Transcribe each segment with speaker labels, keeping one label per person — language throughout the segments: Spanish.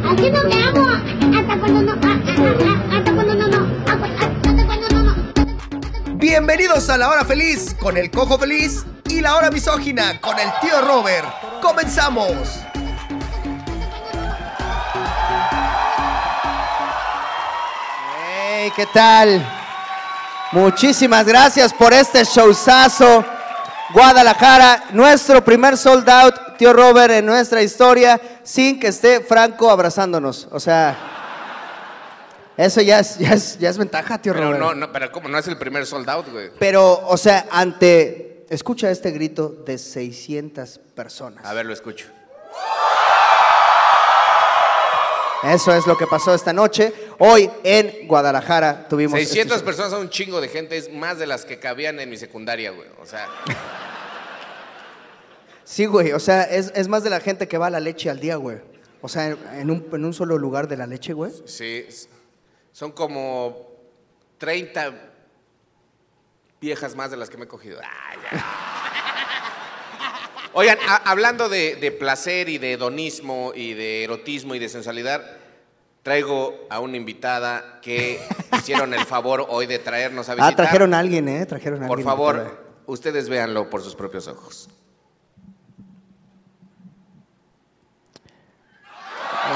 Speaker 1: ¿A qué no me hago? Hasta cuando no. a- a- a- Hasta cuando no, no. a- a- Hasta cuando no, no.
Speaker 2: Bienvenidos a La Hora Feliz con el Cojo Feliz y La Hora Misógina con el Tío Robert. ¡Comenzamos!
Speaker 3: Hey, ¿qué tal? Muchísimas gracias por este showzazo. Guadalajara, nuestro primer sold out, tío Robert, en nuestra historia, sin que esté Franco abrazándonos. O sea, eso ya es, ya es, ya es ventaja, tío
Speaker 4: Pero
Speaker 3: Robert.
Speaker 4: no, no, pero como no es el primer sold out, güey.
Speaker 3: Pero, o sea, ante. Escucha este grito de 600 personas.
Speaker 4: A ver, lo escucho.
Speaker 3: Eso es lo que pasó esta noche. Hoy en Guadalajara tuvimos. este
Speaker 4: 600
Speaker 3: show.
Speaker 4: personas son un chingo de gente, es más de las que cabían en mi secundaria, güey. O sea,
Speaker 3: Sí, güey, o sea, es, es más de la gente que va a la leche al día, güey. O sea, en, en un, en un solo lugar de la leche, güey.
Speaker 4: sí, s- son como 30 viejas más de las que me he cogido. Ah, ya. Oigan, a- hablando de, de placer y de hedonismo y de erotismo y de sensualidad, traigo a una invitada que hicieron el favor hoy de traernos a visitar.
Speaker 3: Ah, trajeron a alguien, ¿eh? Trajeron a
Speaker 4: Por
Speaker 3: alguien.
Speaker 4: favor, ustedes véanlo por sus propios ojos.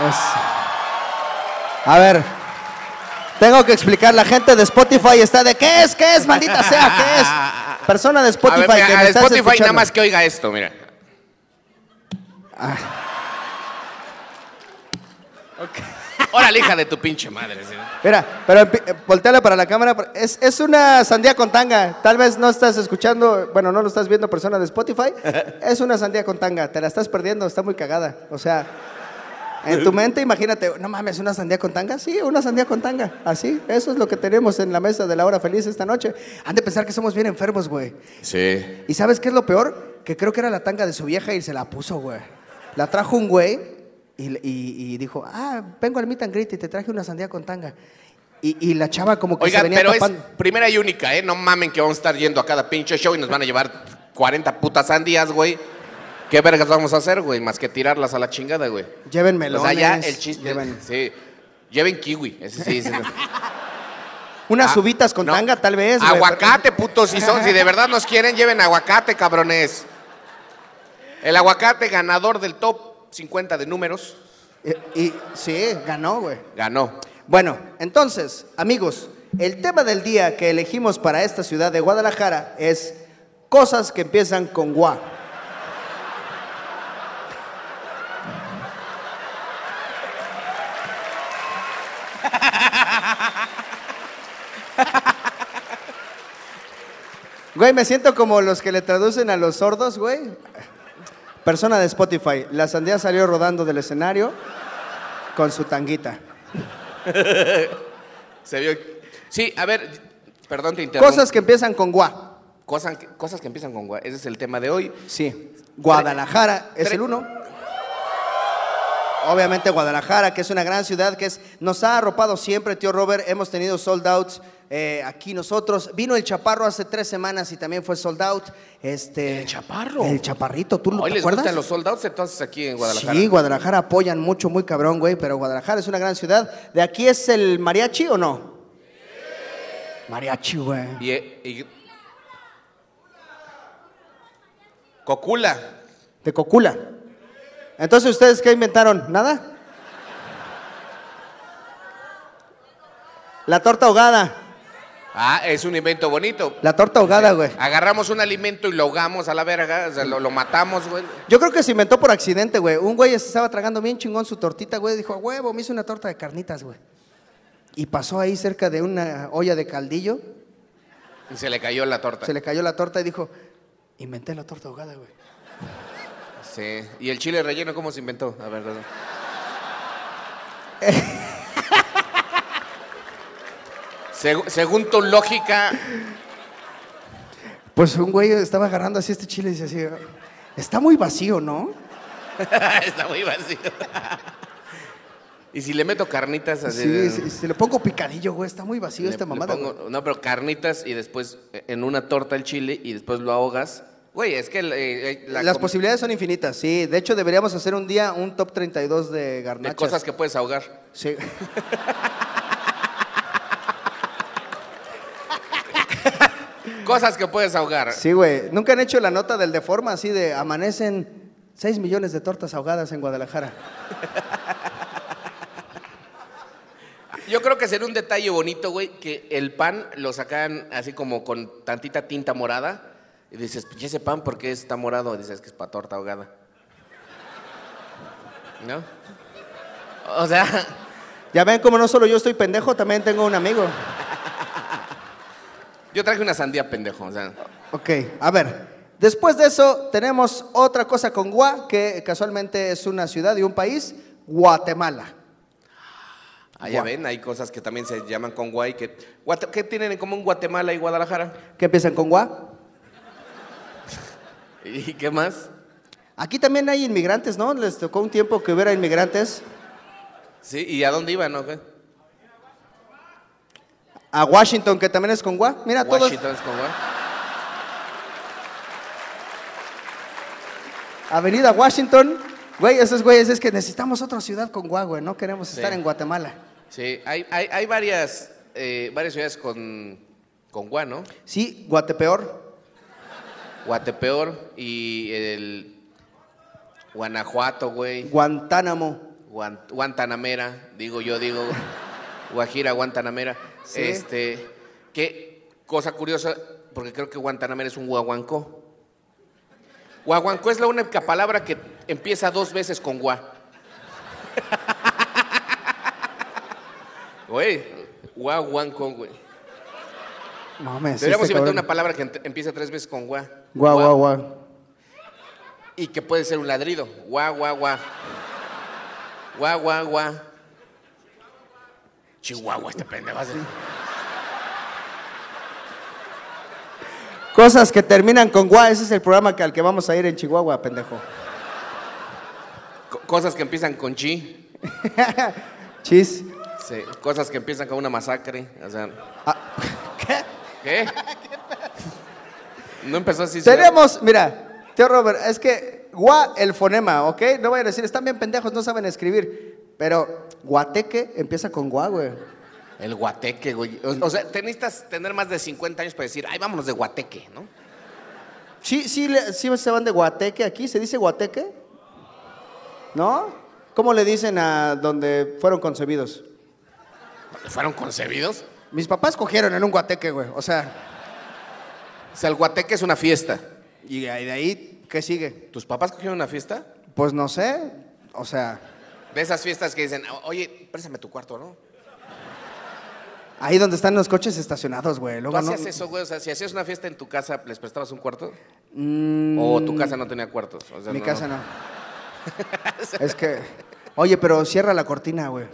Speaker 3: Es- A ver, tengo que explicar. La gente de Spotify está de qué es, qué es, maldita sea, qué es. Persona de Spotify
Speaker 4: a ver, mira,
Speaker 3: que
Speaker 4: a
Speaker 3: me estás
Speaker 4: Spotify nada
Speaker 3: escuchando.
Speaker 4: más que oiga esto, mira.
Speaker 3: Ah.
Speaker 4: Órale, hija de tu pinche madre. sí.
Speaker 3: Mira, pero empi- eh, volteala para la cámara. por- Es, es una sandía con tanga. Tal vez no estás escuchando, bueno, no lo estás viendo persona de Spotify. Es una sandía con tanga. Te la estás perdiendo, está muy cagada. O sea, en tu mente imagínate, no mames, una sandía con tanga. Sí, una sandía con tanga. Así, eso es lo que tenemos en la mesa de la hora feliz esta noche. Han de pensar que somos bien enfermos, güey.
Speaker 4: Sí.
Speaker 3: ¿Y sabes qué es lo peor? Que creo que era la tanga de su vieja y se la puso, güey. La trajo un güey y, y- y dijo, ah, vengo al meet and greet y te traje una sandía con tanga. Y, y la chava como que se
Speaker 4: Oigan,
Speaker 3: venía
Speaker 4: pero
Speaker 3: tapando.
Speaker 4: es primera y única, ¿eh? No mamen que vamos a estar yendo a cada pinche show y nos van a llevar 40 putas sandías, güey. ¿Qué vergas vamos a hacer, güey? Más que tirarlas a la chingada, güey.
Speaker 3: Lleven melones.
Speaker 4: o sea, ya el chiste.
Speaker 3: lleven-
Speaker 4: Sí. Lleven kiwi, ese sí. ese no.
Speaker 3: Unas
Speaker 4: Ah,
Speaker 3: uvitas con
Speaker 4: no.
Speaker 3: tanga, tal vez. güey,
Speaker 4: Aguacate, putos, si son. Si de verdad nos quieren, lleven aguacate, cabrones. El aguacate ganador del top 50 de números
Speaker 3: pero- Y, y- sí, ganó, güey.
Speaker 4: ganó.
Speaker 3: Bueno, entonces, amigos, el tema del día que elegimos para esta ciudad de Guadalajara es cosas que empiezan con gua. Güey, me siento como los que le traducen a los sordos, güey. Persona de Spotify, la sandía salió rodando del escenario con su tanguita.
Speaker 4: Se vio. Sí, a ver, perdón, te interrumpo.
Speaker 3: Cosas que empiezan con gua.
Speaker 4: Cosas que, cosas que empiezan con gua. Ese es el tema de hoy.
Speaker 3: Sí. Guadalajara es
Speaker 4: Tre-
Speaker 3: el uno. Obviamente Guadalajara, que es una gran ciudad, que es, nos ha arropado siempre, tío Robert. Hemos tenido sold outs eh, aquí nosotros. Vino el Chaparro hace tres semanas y también fue sold out. Este,
Speaker 4: ¿El Chaparro?
Speaker 3: El Chaparrito, ¿tú lo
Speaker 4: Hoy
Speaker 3: te
Speaker 4: les
Speaker 3: acuerdas?
Speaker 4: gustan los soldados entonces aquí en Guadalajara.
Speaker 3: Sí, Guadalajara apoyan mucho, muy cabrón, güey, pero Guadalajara es una gran ciudad. ¿De aquí es el mariachi o no? Mariachi, güey.
Speaker 4: Y, y- Cocula.
Speaker 3: De Cocula. Entonces, ¿ustedes qué inventaron? ¿Nada? La torta ahogada.
Speaker 4: Ah, es un invento bonito.
Speaker 3: La torta ahogada, güey.
Speaker 4: Agarramos un alimento y lo ahogamos a la verga, o sea, lo, lo matamos, güey.
Speaker 3: Yo creo que se inventó por accidente, güey. Un güey se estaba tragando bien chingón su tortita, güey. Dijo, "A huevo, me hizo una torta de carnitas, güey. Y pasó ahí cerca de una olla de caldillo.
Speaker 4: Y se le cayó la torta.
Speaker 3: Se le cayó la torta y dijo, inventé la torta ahogada, güey.
Speaker 4: Sí. ¿Y el chile relleno cómo se inventó? A ver, a ver. Seg- según tu lógica,
Speaker 3: Pues un güey estaba agarrando así este chile y dice así, está muy vacío, ¿no?
Speaker 4: está muy vacío. y si le meto carnitas así.
Speaker 3: Sí,
Speaker 4: de-
Speaker 3: sí, si le pongo picadillo, güey, está muy vacío
Speaker 4: le-
Speaker 3: esta
Speaker 4: le
Speaker 3: mamada. güey.
Speaker 4: e-, pongo- no, pero carnitas y después en una torta el chile y después lo ahogas Güey, es que... eh, eh, la
Speaker 3: Las
Speaker 4: com-
Speaker 3: posibilidades son infinitas, sí. De hecho, deberíamos hacer un día un top 32 de garnachas.
Speaker 4: De cosas que puedes ahogar.
Speaker 3: Sí.
Speaker 4: Cosas que puedes ahogar.
Speaker 3: Sí, güey. Nunca han hecho la nota del deforma así de amanecen 6 millones de tortas ahogadas en Guadalajara.
Speaker 4: Yo creo que sería un detalle bonito, güey, que el pan lo sacan así como con tantita tinta morada. Y dices, "Pues, ¿y ese pan por qué está morado? Y dices que es para torta ahogada. ¿No? O sea,
Speaker 3: Ya ven como no solo yo estoy pendejo, también tengo un amigo.
Speaker 4: yo traje una sandía pendejo. O sea,
Speaker 3: Ok, a ver. Después de eso, tenemos otra cosa con Gua, que casualmente es una ciudad y un país, Guatemala.
Speaker 4: ah, ya ven, hay cosas que también se llaman con guay. Que, Guate- ¿Qué tienen en común Guatemala y Guadalajara?
Speaker 3: ¿Qué empiezan con Gua?
Speaker 4: ¿Y qué más?
Speaker 3: Aquí también hay inmigrantes, ¿no? Les tocó un tiempo que hubiera inmigrantes.
Speaker 4: ¿Sí? ¿Y a dónde iban? no? güey?
Speaker 3: A Washington, que también es con Gua. Mira, todos.
Speaker 4: Washington es con guay.
Speaker 3: Avenida Washington. Güey, esos güeyes es que necesitamos otra ciudad con Gua, güey. No queremos estar en Guatemala.
Speaker 4: Sí, hay, hay, hay varias, eh, varias ciudades con, con guá, ¿no?
Speaker 3: Sí, Guatepeor.
Speaker 4: Guatepeor y el Guanajuato, güey.
Speaker 3: Guantánamo.
Speaker 4: Guan- Guantanamera, digo yo, digo Guajira, Guantanamera.
Speaker 3: Sí.
Speaker 4: Este, qué cosa curiosa, porque creo que Guantanamera es un guaguancó. Guaguancó es la única palabra que empieza dos veces con gua. Güey, guaguancó, güey.
Speaker 3: Mames.
Speaker 4: Deberíamos
Speaker 3: este
Speaker 4: inventar
Speaker 3: cabrón.
Speaker 4: una palabra que ent- empiece tres veces con gua.
Speaker 3: Gua, gua, gua.
Speaker 4: Y que puede ser un ladrido. Gua, gua, gua. Gua, gua, gua. Chihuahua, este pendejo. hace-
Speaker 3: Cosas que terminan con Gua. Ese es el programa que, al que vamos a ir en Chihuahua, pendejo.
Speaker 4: Co- Cosas que empiezan con chi.
Speaker 3: Chis.
Speaker 4: Sí, Cosas que empiezan con una masacre. O sea,
Speaker 3: Ah, ¿Qué?
Speaker 4: ¿qué? No empezó así. señor.
Speaker 3: Tenemos, mira, tío Robert, es que Gua, el fonema, ¿ok? No vayan a decir, están bien pendejos, no saben escribir. Pero Guateque empieza con Gua, güey.
Speaker 4: El guateque, güey. O, o sea, te necesitas tener más de 50 años para decir, ay, vámonos de guateque, ¿no?
Speaker 3: Sí, sí, le- sí se van de Guateque aquí, ¿se dice Guateque? ¿No? ¿Cómo le dicen a donde fueron concebidos?
Speaker 4: Fueron concebidos.
Speaker 3: Mis papás cogieron en un Guateque, güey. O sea,
Speaker 4: O sea, el guateque es una fiesta.
Speaker 3: y de ahí- de ahí, ¿qué sigue?
Speaker 4: ¿Tus papás cogieron una fiesta?
Speaker 3: Pues no sé, o sea,
Speaker 4: De esas fiestas que dicen, oye, préstame tu cuarto, ¿no?
Speaker 3: ahí donde están los coches estacionados, güey.
Speaker 4: ¿Tú
Speaker 3: Luego no-
Speaker 4: hacías eso, güey? O sea, si hacías una fiesta en tu casa, ¿les prestabas un cuarto? ¿O tu casa no tenía cuartos? O sea,
Speaker 3: Mm. Mi casa no. es que. Oye, pero cierra la cortina, güey.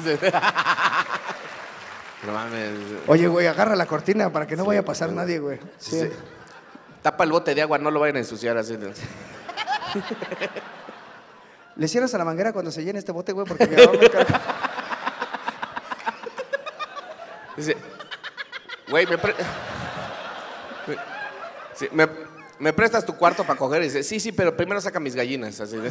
Speaker 4: No mames.
Speaker 3: Oye, güey, agarra la cortina para que no vaya a pasar nadie, güey. Sí.
Speaker 4: Tapa el bote de agua, no lo vayan a ensuciar así. ¿no?
Speaker 3: ¿Le cierras a la manguera cuando se llene este bote, güey? Porque mi mamá me encarga.
Speaker 4: Dice, güey, me, pre- Sí, me- me prestas tu cuarto para coger. Y dice, sí, sí, pero primero saca mis gallinas. Así. ¿no?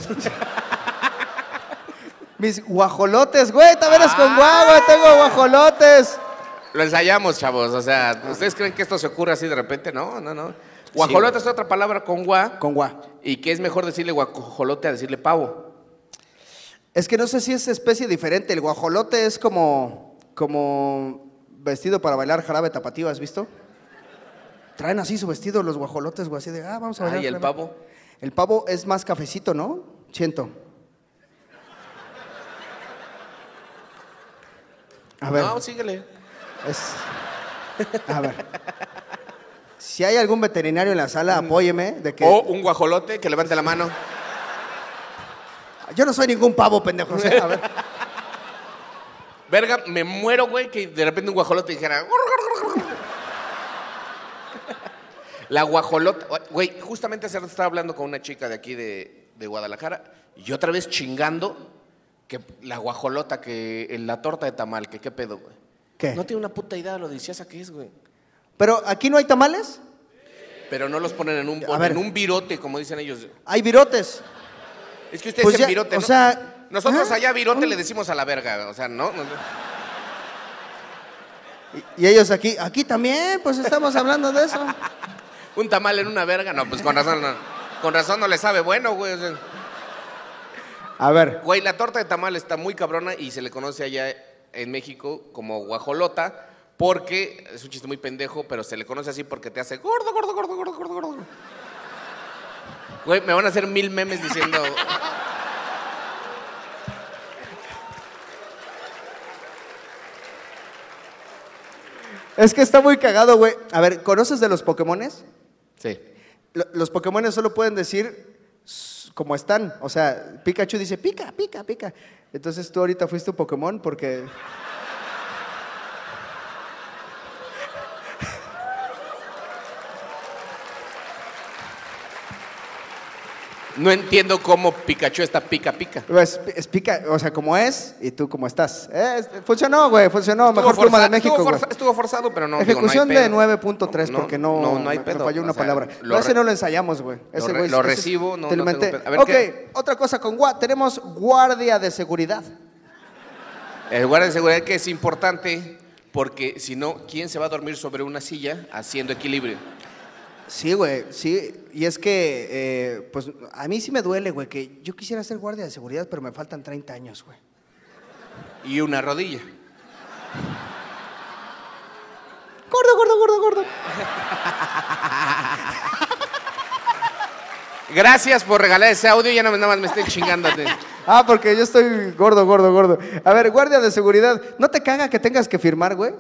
Speaker 3: Mis guajolotes, güey, también es con guagua, tengo guajolotes.
Speaker 4: Lo ensayamos, chavos. O sea, ¿ustedes creen que esto se ocurre así de repente? No, no, no. Guajolota es otra palabra con gua.
Speaker 3: Con gua.
Speaker 4: Y que es mejor decirle guajolote a decirle pavo.
Speaker 3: Es que no sé si es especie diferente. El guajolote es como. como vestido para bailar jarabe tapatío, ¿has visto? Traen así su vestido los guajolotes, güey, así de, ah, vamos a bailar.
Speaker 4: Ah, ¿y el
Speaker 3: jarabe".
Speaker 4: pavo?
Speaker 3: El pavo es más cafecito, ¿no? Siento. A ver,
Speaker 4: No, síguele.
Speaker 3: es... A ver. Si hay algún veterinario en la sala, apóyeme de que...
Speaker 4: O un guajolote que levante la mano.
Speaker 3: Yo no soy ningún pavo, pendejo. o sea, a ver.
Speaker 4: Verga, me muero, güey, que de repente un guajolote dijera. La guajolota. Güey, justamente hace rato estaba hablando con una chica de aquí de, de Guadalajara y otra vez chingando que la guajolota, que la torta de tamal, que qué pedo, güey.
Speaker 3: ¿Qué?
Speaker 4: No tiene una puta idea de lo deliciosa que es, güey.
Speaker 3: Pero aquí no hay tamales,
Speaker 4: Pero no los ponen en un
Speaker 3: A
Speaker 4: bote,
Speaker 3: ver.
Speaker 4: en un virote, como dicen ellos.
Speaker 3: hay virotes.
Speaker 4: Es que ustedes
Speaker 3: Pues
Speaker 4: en
Speaker 3: ya,
Speaker 4: virote,
Speaker 3: o
Speaker 4: ¿no?
Speaker 3: sea,
Speaker 4: Nosotros
Speaker 3: ah,
Speaker 4: allá virote
Speaker 3: un-
Speaker 4: le decimos a la verga, o sea, ¿no? No-
Speaker 3: Y, y ellos aquí, aquí también, pues estamos hablando de eso.
Speaker 4: Un tamal en una verga, no, pues con razón no. Con razón no le sabe bueno, güey. o sea.
Speaker 3: A ver,
Speaker 4: Güey, la torta de tamal está muy cabrona y se le conoce allá en México como guajolota porque es un chiste muy pendejo, pero se le conoce así porque te hace gordo, gordo, gordo, gordo, gordo, gordo. Güey, me van a hacer mil memes diciendo.
Speaker 3: es que está muy cagado, güey. A ver, ¿conoces de los Pokémones?
Speaker 4: Sí.
Speaker 3: Lo- Los Pokémones solo pueden decir s- como están. O sea, Pikachu dice pica, pica, pica. Entonces tú ahorita fuiste un Pokémon porque.
Speaker 4: No entiendo cómo Pikachu está pica pica.
Speaker 3: Pues, es pica, o sea, como es y tú como estás. Eh, es- funcionó, güey, funcionó. Mejor
Speaker 4: Estuvo
Speaker 3: pluma de
Speaker 4: forza-
Speaker 3: México,
Speaker 4: Estuvo,
Speaker 3: güey.
Speaker 4: forza- estuvo forzado, pero no. digo, no hay
Speaker 3: Ejecución
Speaker 4: pedo.
Speaker 3: de 9.3 porque no,
Speaker 4: no hay
Speaker 3: me- me
Speaker 4: pedo.
Speaker 3: falló una
Speaker 4: O sea,
Speaker 3: palabra.
Speaker 4: lo
Speaker 3: No, ese
Speaker 4: re-
Speaker 3: no lo ensayamos, güey. Ese
Speaker 4: re-
Speaker 3: güey-
Speaker 4: lo
Speaker 3: ese-
Speaker 4: recibo, no-
Speaker 3: te lo
Speaker 4: no
Speaker 3: inventé.
Speaker 4: tengo pe- a ver,
Speaker 3: ok,
Speaker 4: ¿qué?
Speaker 3: otra cosa con gua. Tenemos guardia de seguridad.
Speaker 4: El guardia de seguridad que es importante porque si no, ¿quién se va a dormir sobre una silla haciendo equilibrio?
Speaker 3: Sí, güey, sí. Y es que, eh, pues, a mí sí me duele, güey, que yo quisiera ser guardia de seguridad, pero me faltan 30 años, güey.
Speaker 4: Y una rodilla.
Speaker 3: Gordo, gordo, gordo, gordo.
Speaker 4: Gracias por regalar ese audio, ya no me- nada más me estén chingándote.
Speaker 3: Ah, porque yo estoy gordo, gordo, gordo. A ver, guardia de seguridad, ¿no te caga que tengas que firmar, güey?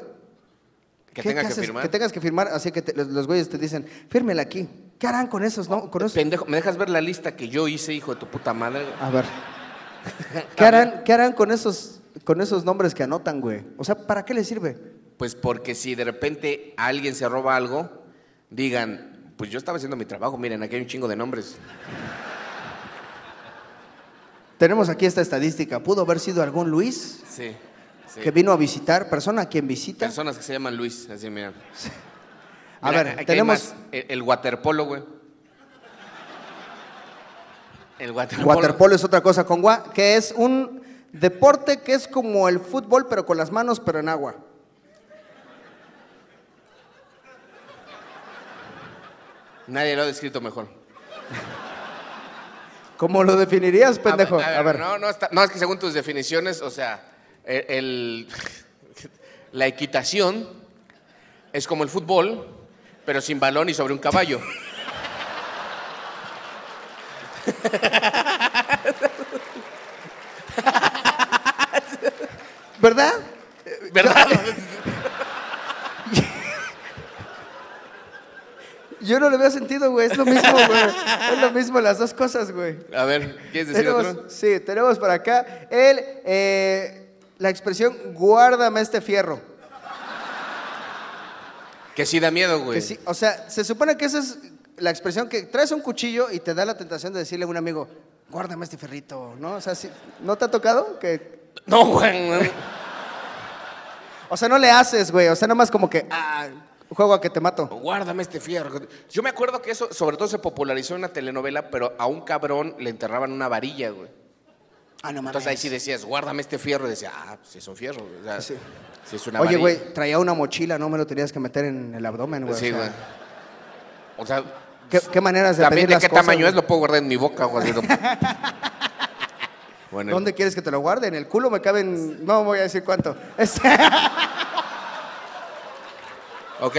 Speaker 4: Que
Speaker 3: ¿Qué-
Speaker 4: tenga
Speaker 3: qué
Speaker 4: que
Speaker 3: haces?
Speaker 4: firmar.
Speaker 3: Que tengas que firmar, así que te- los, los güeyes te dicen, fírmela aquí. ¿Qué harán con esos, no? Con esos?
Speaker 4: Pendejo, ¿me dejas ver la lista que yo hice, hijo de tu puta madre?
Speaker 3: A ver. ¿Qué harán, qué harán con, esos, con esos nombres que anotan, güey? O sea, ¿para qué les sirve?
Speaker 4: Pues porque si de repente alguien se roba algo, digan, pues yo estaba haciendo mi trabajo, miren, aquí hay un chingo de nombres.
Speaker 3: Tenemos aquí esta estadística. Pudo haber sido algún Luis
Speaker 4: Sí. sí.
Speaker 3: que vino a visitar, persona a quien visita.
Speaker 4: Personas que se llaman Luis, así mira.
Speaker 3: a
Speaker 4: Mira,
Speaker 3: ver,
Speaker 4: aquí hay
Speaker 3: tenemos
Speaker 4: más. El, el waterpolo, güey. El waterpolo.
Speaker 3: waterpolo es otra cosa con gua, que es un deporte que es como el fútbol, pero con las manos, pero en agua.
Speaker 4: Nadie lo ha descrito mejor.
Speaker 3: ¿Cómo lo definirías, pendejo?
Speaker 4: A ver, a ver, Ah, No, no, está- no, es que según tus definiciones, o sea, el, el- la equitación es como el fútbol, pero sin balón y sobre un caballo.
Speaker 3: ¿Verdad?
Speaker 4: ¿Verdad?
Speaker 3: Yo no le veo sentido, güey. Es lo mismo, güey. Es lo mismo las dos cosas, güey.
Speaker 4: A ver, ¿quieres decir
Speaker 3: Tenemos-
Speaker 4: otro?
Speaker 3: Sí, tenemos para acá el, eh, la expresión guárdame este fierro.
Speaker 4: Que sí da miedo,
Speaker 3: Que
Speaker 4: güey.
Speaker 3: sí, o sea, se supone que esa es la expresión que traes un cuchillo y te da la tentación de decirle a un amigo, guárdame este ferrito, ¿no? O sea, sí- ¿no te ha tocado? Que,
Speaker 4: No, güey. no.
Speaker 3: o sea, no le haces, güey. O sea, nada más como que, ah, juego a que te mato.
Speaker 4: Guárdame este fierro. Yo me acuerdo que eso, sobre todo, se popularizó en una telenovela, pero a un cabrón le enterraban una varilla, güey.
Speaker 3: Ah, no mames.
Speaker 4: Entonces ahí sí decías, guárdame este fierro. Y decía, ah, pues sí es un fierro. güey. O sea,
Speaker 3: Sí.
Speaker 4: sí es una
Speaker 3: Oye,
Speaker 4: varilla.
Speaker 3: güey, traía una mochila, no me lo tenías que meter en el abdomen, güey. o
Speaker 4: Sí,
Speaker 3: sea,
Speaker 4: güey. O sea,
Speaker 3: ¿Qué, qué maneras de
Speaker 4: también
Speaker 3: pedir
Speaker 4: de
Speaker 3: las
Speaker 4: qué
Speaker 3: cosas,
Speaker 4: tamaño
Speaker 3: güey?
Speaker 4: es, lo puedo guardar en mi boca, güey. bueno,
Speaker 3: ¿Dónde quieres que te lo guarde? En el culo me caben. No voy a decir cuánto. Este-
Speaker 4: ok.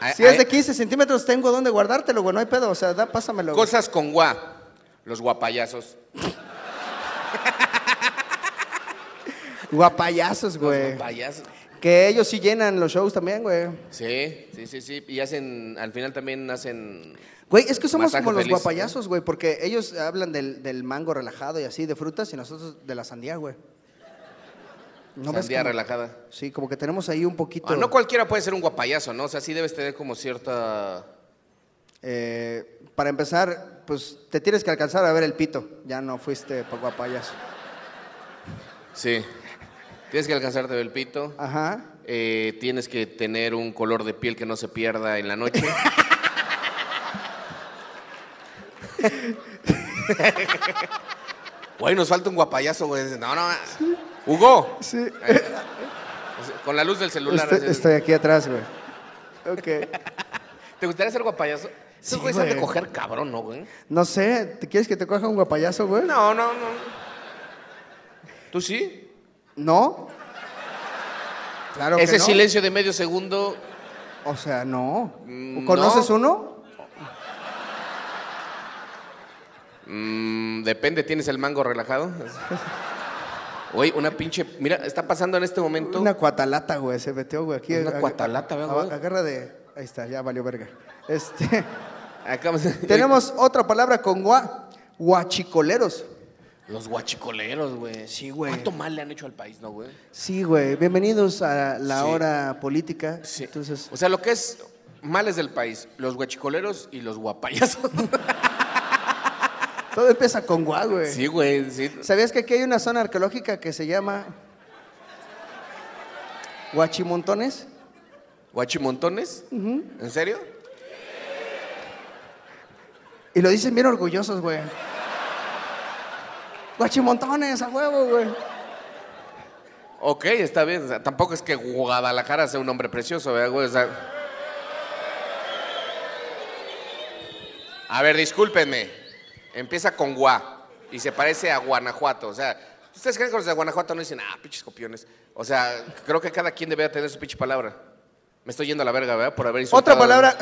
Speaker 4: A-
Speaker 3: si es
Speaker 4: a-
Speaker 3: de 15 centímetros, tengo dónde guardártelo, güey. No hay pedo. O sea, da, pásamelo. güey.
Speaker 4: Cosas con gua. Los guapayazos.
Speaker 3: Guapayazos, güey.
Speaker 4: Guapayazos.
Speaker 3: Que ellos sí llenan los shows también, güey.
Speaker 4: Sí, sí, sí, sí. Y hacen, al final también hacen.
Speaker 3: Güey, es que somos
Speaker 4: Masaje
Speaker 3: como los
Speaker 4: feliz.
Speaker 3: guapayazos, güey, porque ellos hablan del, del mango relajado y así, de frutas, y nosotros de la sandía, güey. ¿No ves
Speaker 4: sandía
Speaker 3: cómo?
Speaker 4: relajada.
Speaker 3: Sí, como que tenemos ahí un poquito.
Speaker 4: Ah, no cualquiera puede ser un guapayazo, ¿no? O sea, sí debes tener como cierta.
Speaker 3: Eh, para empezar, pues te tienes que alcanzar a ver el pito. Ya no fuiste pa- guapayazo.
Speaker 4: Sí. Tienes que alcanzarte el pito.
Speaker 3: Ajá.
Speaker 4: Eh, tienes que tener un color de piel que no se pierda en la noche. Güey, nos falta un guapayazo, güey. No, no. Hugo,
Speaker 3: Sí.
Speaker 4: con la luz del celular.
Speaker 3: Estoy,
Speaker 4: así.
Speaker 3: estoy aquí atrás, güey. Ok.
Speaker 4: ¿Te gustaría ser guapayazo?
Speaker 3: Sí,
Speaker 4: Esos güeyes han de
Speaker 3: güey.
Speaker 4: coger cabrón, ¿no, güey?
Speaker 3: No sé, ¿te quieres que te coja un guapayazo, güey?
Speaker 4: No, no, no. ¿Tú sí?
Speaker 3: ¿No? Claro
Speaker 4: Ese
Speaker 3: que no.
Speaker 4: silencio de medio segundo.
Speaker 3: O sea, no.
Speaker 4: Mm,
Speaker 3: ¿Conoces
Speaker 4: no.
Speaker 3: uno?
Speaker 4: mm, depende, ¿tienes el mango relajado? Güey, una pinche. Mira, está pasando en este momento.
Speaker 3: Una cuatalata, güey, se metió, güey. Aquí,
Speaker 4: Una
Speaker 3: ag-
Speaker 4: cuatalata, güey,
Speaker 3: ag-
Speaker 4: güey.
Speaker 3: Agarra de... Ahí está, ya valió verga. Este,
Speaker 4: Acá-
Speaker 3: tenemos otra palabra con gua. Guachicoleros.
Speaker 4: Los guachicoleros, güey.
Speaker 3: Sí, güey.
Speaker 4: ¿Cuánto mal le han hecho al país, no, güey?
Speaker 3: Sí, güey. Bienvenidos a la
Speaker 4: Sí.
Speaker 3: hora política. Entonces,
Speaker 4: O sea, lo que es males del país, los guachicoleros y los guapayazos.
Speaker 3: todo empieza con gua, güey.
Speaker 4: sí, güey, sí.
Speaker 3: ¿Sabías que aquí hay una zona arqueológica que se llama Guachimontones?
Speaker 4: ¿Guachimontones? ¿En serio?
Speaker 3: Y lo dicen bien orgullosos, güey. Guachimontones, a huevo, güey.
Speaker 4: Ok, está bien. O sea, tampoco es que Guadalajara sea un hombre precioso, ¿verdad, güey? O sea... A ver, discúlpenme. Empieza con gua y se parece a Guanajuato. O sea, ¿ustedes creen que los de Guanajuato no dicen, ah, pinches copiones? O sea, creo que cada quien debería tener su pinche palabra. Me estoy yendo a la verga, ¿verdad? Por haber insultado.
Speaker 3: Otra palabra.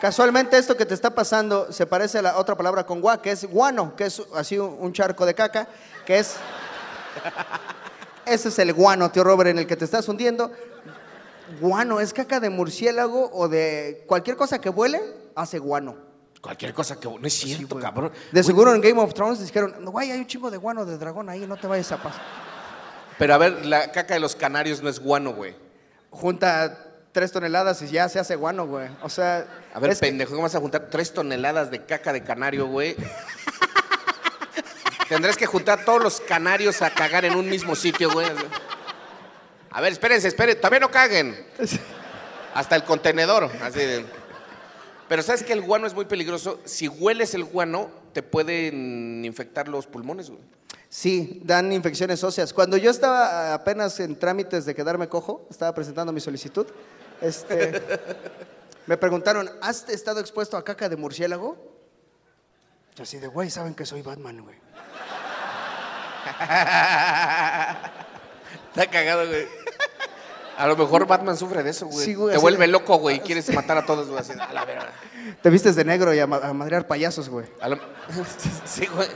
Speaker 3: Casualmente esto que te está pasando se parece a la otra palabra con gua, que es guano, que es así un un charco de caca, que es... Ese es el guano, tío Robert, en el que te estás hundiendo. Guano, ¿es caca de murciélago o de cualquier cosa que vuele? Hace guano.
Speaker 4: Cualquier cosa que...
Speaker 3: Pues
Speaker 4: No es cierto, cabrón.
Speaker 3: De seguro en Game of Thrones dijeron, "No, güey, hay un chingo de guano de dragón ahí, no te vayas a pasar.
Speaker 4: Pero a ver, la caca de los canarios no es guano, güey.
Speaker 3: junta tres toneladas y ya se hace guano, güey. O sea,
Speaker 4: A ver,
Speaker 3: es que-
Speaker 4: pendejo, ¿cómo vas a juntar tres toneladas de caca de canario, güey? Tendrás que juntar todos los canarios a cagar en un mismo sitio, güey. A ver, espérense, espérense, todavía no caguen. Hasta el contenedor, así de- Pero sabes que el guano es muy peligroso. Si hueles el guano, te pueden infectar los pulmones, güey.
Speaker 3: sí, dan infecciones óseas. Cuando yo estaba apenas en trámites de quedarme cojo, estaba presentando mi solicitud, este, me preguntaron, ¿has estado expuesto a caca de murciélago? Yo así de, güey, saben que soy Batman, güey.
Speaker 4: Está cagado, güey. A lo mejor Batman sufre de eso, güey.
Speaker 3: Sí, güey,
Speaker 4: te
Speaker 3: así
Speaker 4: vuelve
Speaker 3: de-
Speaker 4: loco, güey. y Quieres matar a todos, güey. Así, a la verga.
Speaker 3: Te vistes de negro y a, ma- a madrear payasos, güey.
Speaker 4: A lo... sí, güey.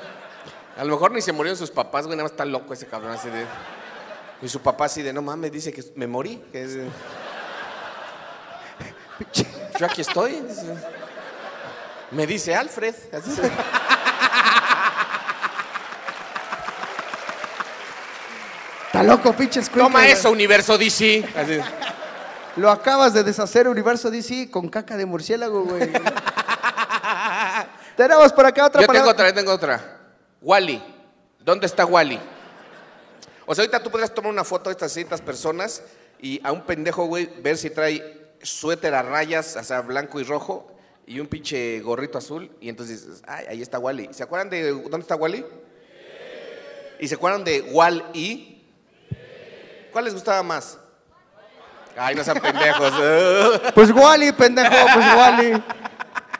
Speaker 4: A lo mejor ni se murieron sus papás, güey, nada más está loco ese cabrón así de... Y su papá así de, no mames, dice que me morí. que es- Yo aquí estoy. Me dice Alfred. Así.
Speaker 3: Está loco, pinche escuincle,
Speaker 4: Toma
Speaker 3: güey.
Speaker 4: eso, universo DC. Así.
Speaker 3: Lo acabas de deshacer, Universo DC, con caca de murciélago, güey. Tenemos por acá otra
Speaker 4: Yo tengo
Speaker 3: palabra.
Speaker 4: otra, yo tengo otra. Wally. ¿Dónde está Wally? O sea, ahorita tú podrías tomar una foto de estas ciertas personas y a un pendejo, güey, ver si trae suéter a rayas, o sea, blanco y rojo, y un pinche gorrito azul, y entonces dices, ay, ahí está Wally. ¿Se acuerdan de dónde está Wally? ¿Y se acuerdan de Wall-E? ¿Cuál les gustaba más? Ay, no sean pendejos.
Speaker 3: Pues Wally, pendejo, pues Wally.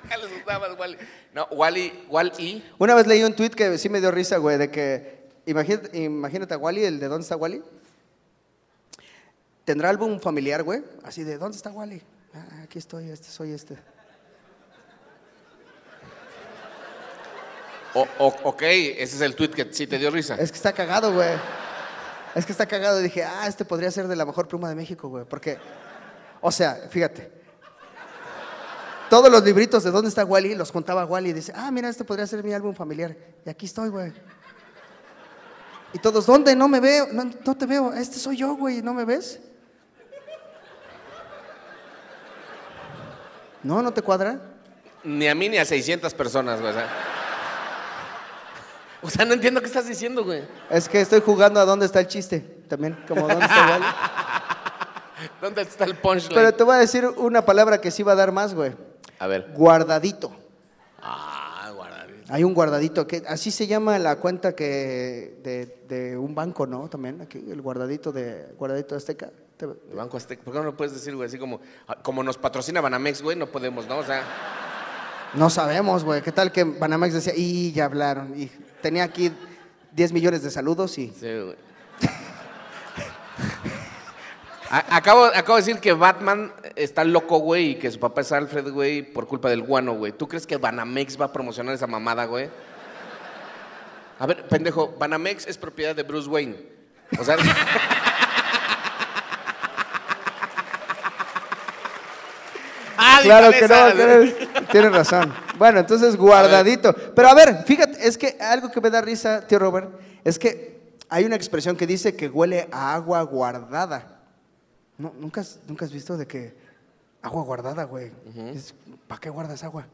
Speaker 4: ¿Cuál les gustaba más Wall-E? No, Wall-E, Wall-E.
Speaker 3: Una vez leí un tweet que sí me dio risa, güey, de que imagínate, imagínate a Wally, el de dónde está Wally. ¿Tendrá álbum familiar, güey? Así de ¿dónde está Wally? Ah, aquí estoy, este soy este.
Speaker 4: O- o- ok, ese es el tweet que sí te dio risa.
Speaker 3: Es que está cagado, güey. Es que está cagado. Dije, ah, este podría ser de la mejor pluma de México, güey. Porque, o sea, fíjate. Todos los libritos de dónde está Wally los contaba Wally y dice, ah, mira, este podría ser mi álbum familiar. Y aquí estoy, güey. Y todos, ¿dónde? No me veo, no, no te veo. Este soy yo, güey, ¿no me ves? No, no te cuadra.
Speaker 4: Ni a mí ni a 600 personas, güey. o sea. O sea, no entiendo qué estás diciendo, güey.
Speaker 3: Es que estoy jugando a dónde está el chiste también, como dónde está el baile.
Speaker 4: ¿Dónde está el punchline?
Speaker 3: Pero te voy a decir una palabra que sí va a dar más, güey.
Speaker 4: A ver.
Speaker 3: Guardadito.
Speaker 4: Ah, guardar.
Speaker 3: Hay un guardadito que así se llama la cuenta que de, de un banco, ¿no? También aquí el guardadito de guardadito Azteca. Te-
Speaker 4: El Banco Azteca. ¿Por qué no lo puedes decir, güey? Así como, ah, como nos patrocina Banamex, güey, no podemos, ¿no? O sea,
Speaker 3: No sabemos, güey. ¿Qué tal que Banamex decía, y ya hablaron? Y tenía aquí 10 millones de saludos y.
Speaker 4: sí, güey. A- Acabo, acabo de decir que Batman está loco, güey, y que su papá es Alfred, güey, por culpa del guano, güey. ¿Tú crees que Banamex va a promocionar esa mamada, güey? A ver, pendejo, Banamex es propiedad de Bruce Wayne. O sea,
Speaker 2: Ah,
Speaker 3: Claro que
Speaker 2: Divalesa,
Speaker 3: no, tienes, tienes razón. Bueno, entonces guardadito. Pero a ver, fíjate, es que algo que me da risa, tío Robert, es que hay una expresión que dice que huele a agua guardada. No, ¿nunca, has, ¿Nunca has visto de que agua guardada, güey? ¿Para qué guardas agua?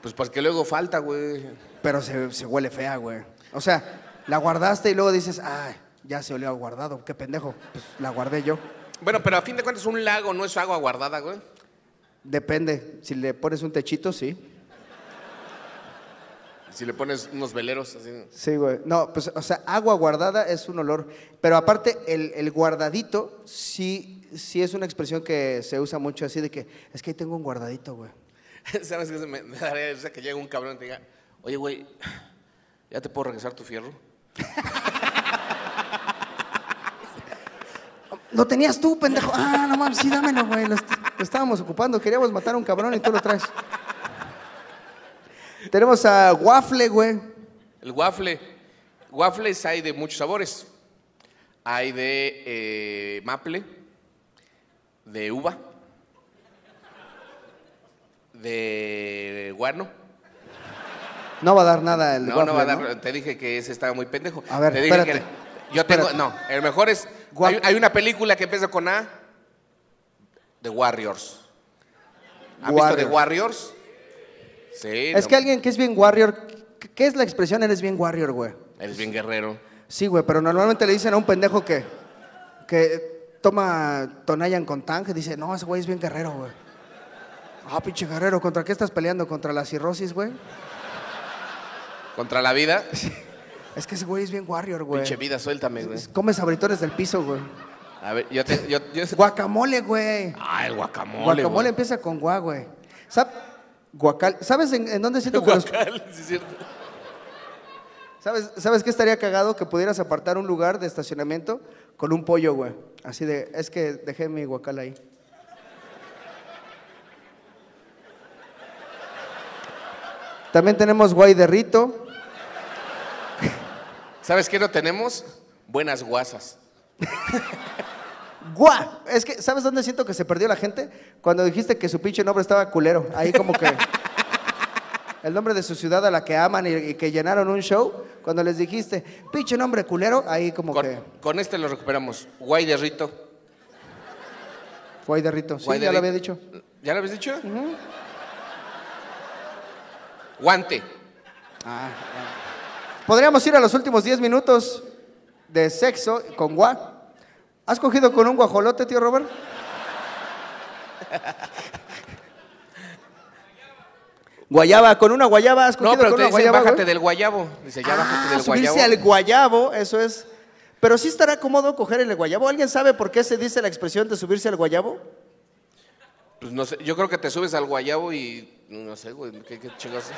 Speaker 4: pues porque luego falta, güey.
Speaker 3: Pero se, se huele fea, güey. O sea, la guardaste y luego dices, ay, ya se olió a guardado, qué pendejo. Pues la guardé yo.
Speaker 4: Bueno, pero a fin de cuentas un lago no es agua guardada, güey.
Speaker 3: Depende, si le pones un techito, sí.
Speaker 4: Si le pones unos veleros así.
Speaker 3: Sí, güey. No, pues, o sea, agua guardada es un olor. Pero aparte, el, el guardadito sí, sí es una expresión que se usa mucho así de que, es que ahí tengo un guardadito, güey.
Speaker 4: ¿Sabes qué? Se Me, me daría risa que llegue un cabrón y te diga, oye, güey, ¿ya te puedo regresar tu fierro?
Speaker 3: Lo tenías tú, pendejo. Ah, no mames, sí, dámelo, güey. Lo, est- lo estábamos ocupando. Queríamos matar a un cabrón y tú lo traes. Tenemos a Waffle, güey.
Speaker 4: El waffle. Waffles hay de muchos sabores. Hay de eh, maple, de uva, de guano.
Speaker 3: No va a dar nada el
Speaker 4: No,
Speaker 3: waffle,
Speaker 4: no va a dar. Te dije que ese estaba muy pendejo.
Speaker 3: A ver,
Speaker 4: te dije
Speaker 3: espérate,
Speaker 4: que yo tengo.
Speaker 3: espérate.
Speaker 4: No, el mejor es.
Speaker 3: Gua-
Speaker 4: Hay, hay una película que empieza con A. The Warriors. ¿Has visto The
Speaker 3: Warriors.
Speaker 4: Warriors? Sí.
Speaker 3: Es
Speaker 4: no,
Speaker 3: que alguien que es bien warrior, ¿qué- ¿qué es la expresión eres bien warrior, güey?
Speaker 4: Eres bien guerrero.
Speaker 3: Sí, güey, pero normalmente le dicen a un pendejo que, que toma Tonayan con Tang, dice, no, ese güey es bien guerrero, güey. Ah, pinche guerrero, ¿contra qué estás peleando? ¿Contra la cirrosis, güey?
Speaker 4: Contra la vida.
Speaker 3: Es que ese güey es bien warrior, güey.
Speaker 4: Pinche vida, suéltame, güey.
Speaker 3: Come sabritones del piso, güey.
Speaker 4: A ver, yo te. Yo, yo-
Speaker 3: Guacamole, güey.
Speaker 4: Ah, el guacamole.
Speaker 3: Guacamole
Speaker 4: güey.
Speaker 3: empieza con gua, güey. Sab- guacal- ¿Sabes en, en dónde siento que los-
Speaker 4: Guacal, sí, es cierto.
Speaker 3: ¿Sabes, ¿Sabes qué estaría cagado? Que pudieras apartar un lugar de estacionamiento con un pollo, güey. Así de, es que dejé mi guacal ahí. También tenemos guay de rito.
Speaker 4: ¿Sabes qué no tenemos? Buenas guasas.
Speaker 3: ¡Guau! Es que, ¿sabes dónde siento que se perdió la gente? Cuando dijiste que su pinche nombre estaba culero. Ahí como que... El nombre de su ciudad a la que aman y, y que llenaron un show. Cuando les dijiste, pinche nombre culero, ahí como
Speaker 4: Con,
Speaker 3: que...
Speaker 4: con este lo recuperamos. Guay de Rito.
Speaker 3: Guay de rito. Sí,
Speaker 4: Guay de
Speaker 3: ya lo
Speaker 4: Rito.
Speaker 3: había dicho.
Speaker 4: ¿Ya lo habías dicho? Guante.
Speaker 3: Podríamos ir a los últimos 10 minutos de sexo con gua. ¿Has cogido con un guajolote, tío Robert? Guayaba, con una guayaba, has cogido
Speaker 4: No, pero
Speaker 3: con
Speaker 4: te
Speaker 3: una
Speaker 4: dicen,
Speaker 3: guayaba.
Speaker 4: bájate
Speaker 3: güey?
Speaker 4: del guayabo. Dice, ya
Speaker 3: Ah,
Speaker 4: bájate del
Speaker 3: subirse
Speaker 4: guayabo.
Speaker 3: al guayabo, eso es. Pero sí estará cómodo coger el guayabo. ¿Alguien sabe por qué se dice la expresión de subirse al guayabo?
Speaker 4: Pues no sé, yo creo que te subes al guayabo y no sé, güey, qué, qué chingados es?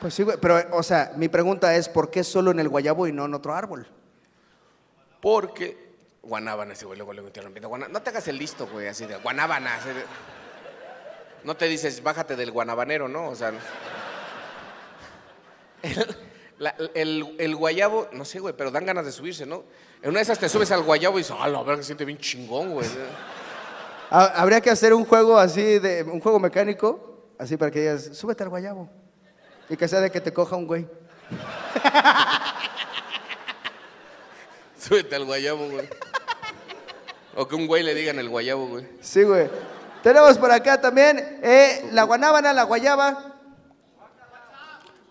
Speaker 3: Pues sí, güey, pero, o sea, mi pregunta es: ¿por qué solo en el guayabo y no en otro árbol?
Speaker 4: Porque guanábana ese güey, luego luego interrumpiendo. Guana- No te hagas el listo, güey, así de guanábana. así de- No te dices, bájate del guanabanero, ¿no? O sea. el- la- el, el guayabo, no sé, güey, pero dan ganas de subirse, ¿no? En una de esas te subes al guayabo y dices, ah, la verdad que siente bien chingón, güey.
Speaker 3: Ha- Habría que hacer un juego así, de, un juego mecánico, así para que digas, súbete al guayabo. Y que sea de que te coja un güey.
Speaker 4: Súbete al guayabo, güey. O que un güey le digan el guayabo, güey.
Speaker 3: Sí, güey. Tenemos por acá también eh, la guanábana, la guayaba.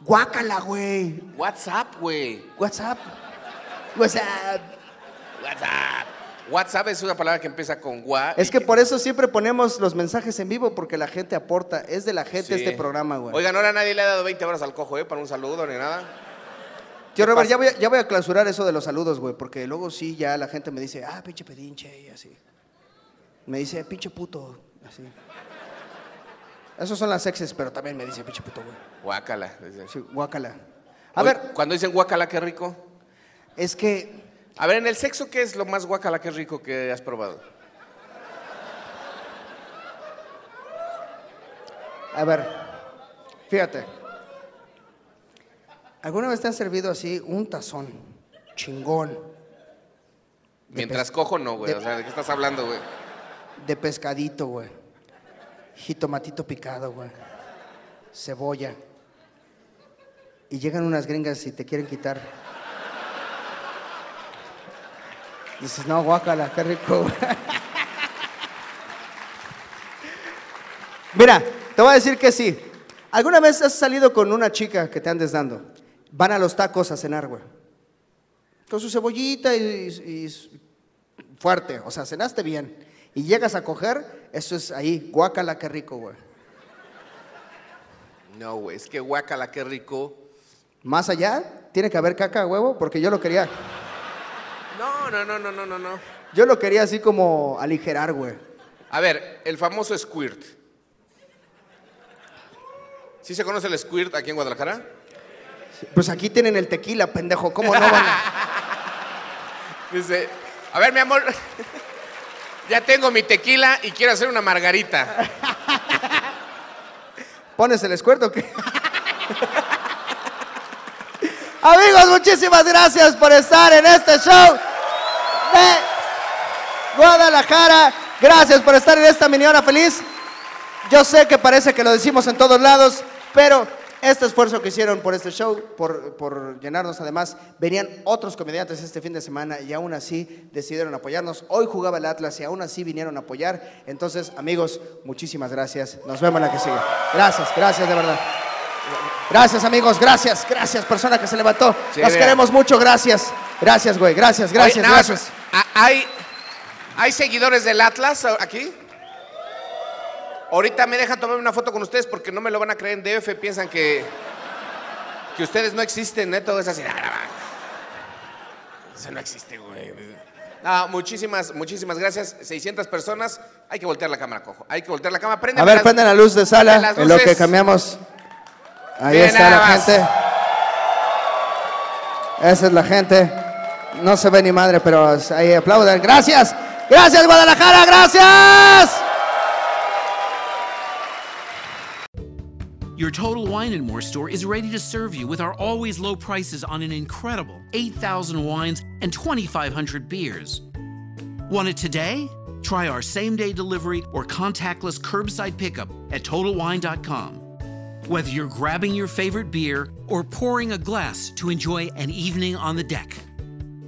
Speaker 3: Guácala, güey.
Speaker 4: WhatsApp, güey.
Speaker 3: WhatsApp. WhatsApp.
Speaker 4: WhatsApp. WhatsApp es una palabra que empieza con gua.
Speaker 3: Es
Speaker 4: y
Speaker 3: que por eso siempre ponemos los mensajes en vivo, porque la gente aporta. Es de la gente
Speaker 4: Sí.
Speaker 3: este programa, güey.
Speaker 4: Oigan, ahora nadie le ha dado 20 horas al cojo, ¿eh? Para un saludo ni nada.
Speaker 3: Tío Robert, ya voy, a, ya voy a clausurar eso de los saludos, güey, porque luego sí ya la gente me dice, ah, pinche pedinche, y así. Me dice, pinche puto, así. Esos son las exes, pero también me dice, pinche puto, güey.
Speaker 4: Guácala. dice.
Speaker 3: Sí, guácala. A
Speaker 4: Oye,
Speaker 3: ver,
Speaker 4: Cuando dicen guácala, qué rico.
Speaker 3: es que
Speaker 4: A ver, en el sexo, ¿qué es lo más guácala, qué rico que has probado?
Speaker 3: A ver, fíjate. ¿Alguna vez te han servido así un tazón? Chingón.
Speaker 4: Mientras cojo, no, güey.
Speaker 3: de-
Speaker 4: O sea, ¿de qué estás hablando, güey?
Speaker 3: De pescadito, güey. Jitomatito picado, güey. Cebolla. Y llegan unas gringas y te quieren quitar. Dices, no, guácala, qué rico. güey". Mira, te voy a decir que sí. ¿Alguna vez has salido con una chica que te andes dando? Van a los tacos a cenar, güey. Con su cebollita y- y su- fuerte, o sea, cenaste bien y llegas a coger, eso es ahí, guácala, qué rico, güey.
Speaker 4: No, güey. Es que guácala, qué rico.
Speaker 3: Más allá, tiene que haber caca, huevo, porque yo lo quería,
Speaker 4: No, no, no, no, no, no, no.
Speaker 3: yo lo quería así como aligerar, güey.
Speaker 4: A ver, el famoso squirt. ¿Sí se conoce el squirt aquí en Guadalajara?
Speaker 3: Pues aquí tienen el tequila, pendejo, ¿cómo no van a-
Speaker 4: Dice, a ver, mi amor, ya tengo mi tequila y quiero hacer una margarita.
Speaker 3: ¿Pones el escuerdo o qué? Amigos, muchísimas gracias por estar en este show de Guadalajara. Gracias por estar en esta mini hora feliz. Yo sé que parece que lo decimos en todos lados, pero este esfuerzo que hicieron por este show, por, por llenarnos además, venían otros comediantes este fin de semana y aún así decidieron apoyarnos. Hoy jugaba el Atlas y aún así vinieron a apoyar. Entonces, amigos, muchísimas gracias. Nos vemos en la que sigue. Gracias, gracias de verdad. Gracias, amigos, gracias, gracias, persona que se levantó.
Speaker 4: Sí,
Speaker 3: Los
Speaker 4: mira.
Speaker 3: queremos mucho, gracias. Gracias, güey, gracias,
Speaker 4: Oye,
Speaker 3: gracias,
Speaker 4: nada más,
Speaker 3: gracias.
Speaker 4: ¿ha- ¿Hay, ¿Hay seguidores del Atlas aquí? Ahorita me dejan tomar una foto con ustedes porque no me lo van a creer en DF. Piensan que, que ustedes no existen, ¿eh? Todo es así. "Ah, no, no". Eso no existe, güey. No, muchísimas, muchísimas gracias. 600 personas. Hay que voltear la cámara, cojo. Hay que voltear la cámara.
Speaker 3: A
Speaker 4: Préndeme
Speaker 3: ver,
Speaker 4: las-
Speaker 3: prenden la luz de sala
Speaker 4: las
Speaker 3: en lo que
Speaker 4: luces.
Speaker 3: cambiamos. Ahí
Speaker 4: Miren
Speaker 3: está
Speaker 4: nada
Speaker 3: la
Speaker 4: más.
Speaker 3: gente. Esa es la gente. No se ve ni madre, pero ahí aplauden. Gracias. Gracias, Guadalajara. Gracias.
Speaker 5: Your Total Wine and More store is ready to serve you with our always low prices on an incredible 8,000 wines and 2,500 beers. Want it today? Try our same day delivery or contactless curbside pickup at TotalWine.com. Whether you're grabbing your favorite beer or pouring a glass to enjoy an evening on the deck,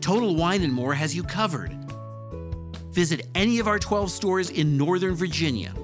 Speaker 5: Total Wine and More has you covered. Visit any of our 12 stores in Northern Virginia